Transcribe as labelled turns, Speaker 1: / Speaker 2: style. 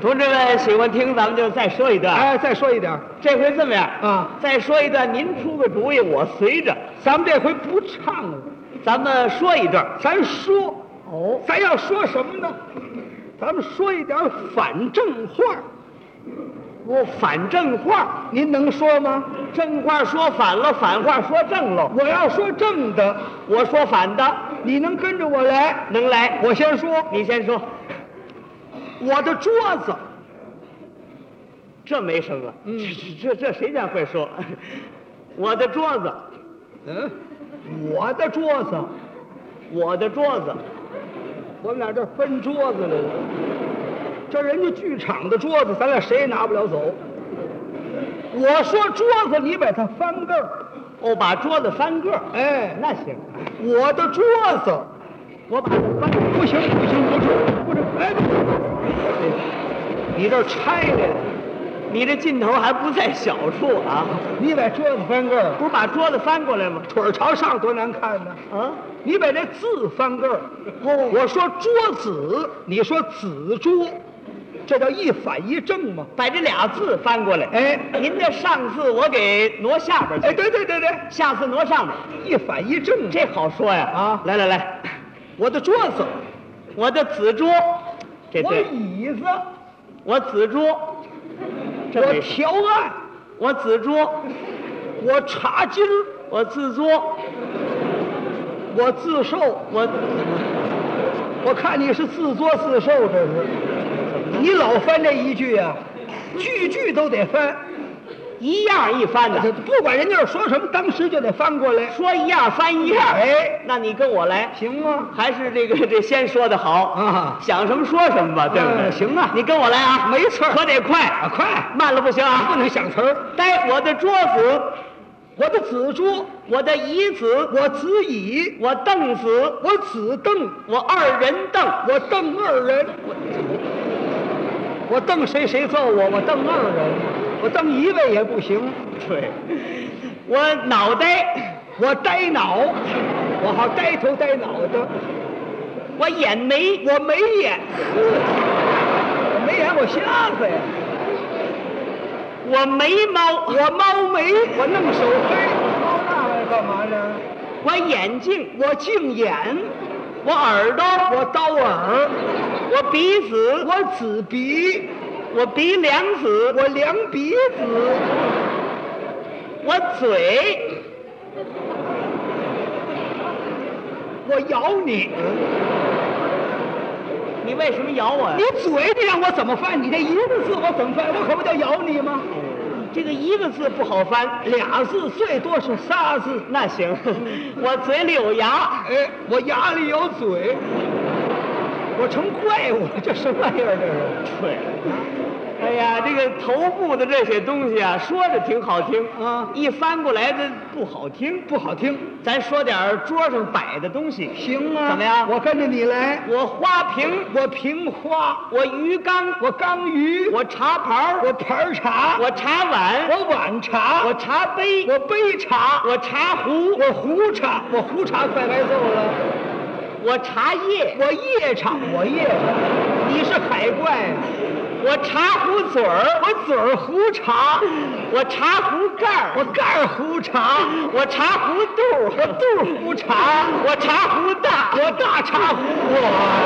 Speaker 1: 同志们喜欢听，咱们就再说一段。
Speaker 2: 哎，再说一点，
Speaker 1: 这回这么样
Speaker 2: 啊
Speaker 1: 再说一段，您出个主意，我随着。
Speaker 2: 咱们这回不唱了，
Speaker 1: 咱们说一段。
Speaker 2: 咱说，
Speaker 1: 哦，
Speaker 2: 咱要说什么呢？咱们说一点反正话，
Speaker 1: 我哦反正话，
Speaker 2: 您能说吗？
Speaker 1: 正话说反了，反话说正喽。
Speaker 2: 我要说正的，
Speaker 1: 我说反的，
Speaker 2: 你能跟着我来？
Speaker 1: 能来？
Speaker 2: 我先说，
Speaker 1: 你先说，
Speaker 2: 我的桌子，
Speaker 1: 这没什么。
Speaker 2: 嗯
Speaker 1: 这这这谁家会说？ 我的桌子，
Speaker 2: 嗯，我的桌子，
Speaker 1: 我的桌子，
Speaker 2: 我们俩这分桌子来了。这人家剧场的桌子，咱俩谁也拿不了走。我说桌子，你把它翻个儿。
Speaker 1: 哦，把桌子翻个儿。
Speaker 2: 哎，
Speaker 1: 那行，
Speaker 2: 我的桌子，
Speaker 1: 我把它翻个儿。
Speaker 2: 不行不行不行不行，哎，你这儿拆来了，
Speaker 1: 你这劲头还不在小处啊！
Speaker 2: 你把桌子翻个儿，
Speaker 1: 不是把桌子翻过来吗？
Speaker 2: 腿儿朝上多难看呢。
Speaker 1: 啊，
Speaker 2: 你把那字翻个儿，
Speaker 1: 哦
Speaker 2: 我说桌子，你说子桌，这叫一反一正吗？
Speaker 1: 把这俩字翻过来。
Speaker 2: 哎
Speaker 1: 您这上次我给挪下边去，
Speaker 2: 哎，对对对对，
Speaker 1: 下次挪上边，
Speaker 2: 一反一正。
Speaker 1: 这好说呀。
Speaker 2: 啊
Speaker 1: 来来来，
Speaker 2: 我的桌子，
Speaker 1: 我的子桌，这
Speaker 2: 我
Speaker 1: 对，
Speaker 2: 椅子，
Speaker 1: 我子桌，这
Speaker 2: 我
Speaker 1: 没事
Speaker 2: 条案，
Speaker 1: 我子桌，
Speaker 2: 我茶几儿，
Speaker 1: 我自作，
Speaker 2: 我自售。
Speaker 1: 我
Speaker 2: 我看你是自作自受，这是。你老翻这一句啊，句句都得翻，
Speaker 1: 一样一翻的，
Speaker 2: 不管人家说什么，当时就得翻过来，
Speaker 1: 说一样翻一样。
Speaker 2: 哎，
Speaker 1: 那你跟我来，
Speaker 2: 行吗？
Speaker 1: 还是这个这先说的好
Speaker 2: 啊
Speaker 1: 想什么说什么吧，对不对？
Speaker 2: 嗯行啊
Speaker 1: 你跟我来啊，
Speaker 2: 没错儿
Speaker 1: 可得快
Speaker 2: 啊，快，
Speaker 1: 慢了不行啊，
Speaker 2: 不能想词儿。
Speaker 1: 呆，我的桌子，
Speaker 2: 我的子桌，
Speaker 1: 我的椅子，
Speaker 2: 我子椅，
Speaker 1: 我凳子，
Speaker 2: 我子凳，
Speaker 1: 我二人凳，
Speaker 2: 我凳二人。我瞪谁谁揍我，我瞪二人，我瞪一位也不行，
Speaker 1: 对，我脑袋，
Speaker 2: 我呆脑，我好呆头呆脑的，
Speaker 1: 我眼眉，
Speaker 2: 我没眼，我没眼我瞎子呀。
Speaker 1: 我眉毛，
Speaker 2: 我猫眉，我弄手黑，猫那玩意儿干嘛呢？
Speaker 1: 我眼镜，
Speaker 2: 我净眼，
Speaker 1: 我耳朵，
Speaker 2: 我刀耳，
Speaker 1: 我鼻子，
Speaker 2: 我紫鼻，
Speaker 1: 我鼻梁子，
Speaker 2: 我凉鼻子，
Speaker 1: 我嘴，
Speaker 2: 我咬你，嗯
Speaker 1: 你为什么咬我呀？
Speaker 2: 你嘴你让我怎么翻？你这一个字我怎么翻？我可不叫咬你吗？
Speaker 1: 这个一个字不好翻，
Speaker 2: 俩字最多是仨字。
Speaker 1: 那行， 我嘴里有牙，
Speaker 2: 哎，我牙里有嘴，我成怪物了，这什么玩意儿？这是？
Speaker 1: 对。哎呀，这个头部的这些东西啊，说着挺好听
Speaker 2: 啊
Speaker 1: 一翻过来这不好听。
Speaker 2: 不好听。
Speaker 1: 咱说点儿桌上摆的东西，
Speaker 2: 行啊，
Speaker 1: 怎么样
Speaker 2: 我跟着你来。
Speaker 1: 我花瓶，
Speaker 2: 我瓶花，
Speaker 1: 我鱼缸，
Speaker 2: 我缸鱼，
Speaker 1: 我茶盘儿
Speaker 2: 我盘儿茶，
Speaker 1: 我茶碗，
Speaker 2: 我碗茶，
Speaker 1: 我茶杯，
Speaker 2: 我杯茶，
Speaker 1: 我茶壶，
Speaker 2: 我壶茶，我壶茶快挨揍了，
Speaker 1: 我茶叶，
Speaker 2: 我夜茶，我夜茶，你是海怪啊，
Speaker 1: 我茶壶嘴儿，
Speaker 2: 我嘴儿壶茶，
Speaker 1: 我茶壶盖儿，
Speaker 2: 我盖儿壶茶，
Speaker 1: 我茶壶肚儿，
Speaker 2: 我肚儿壶茶，
Speaker 1: 我茶壶大，
Speaker 2: 我大茶壶啊。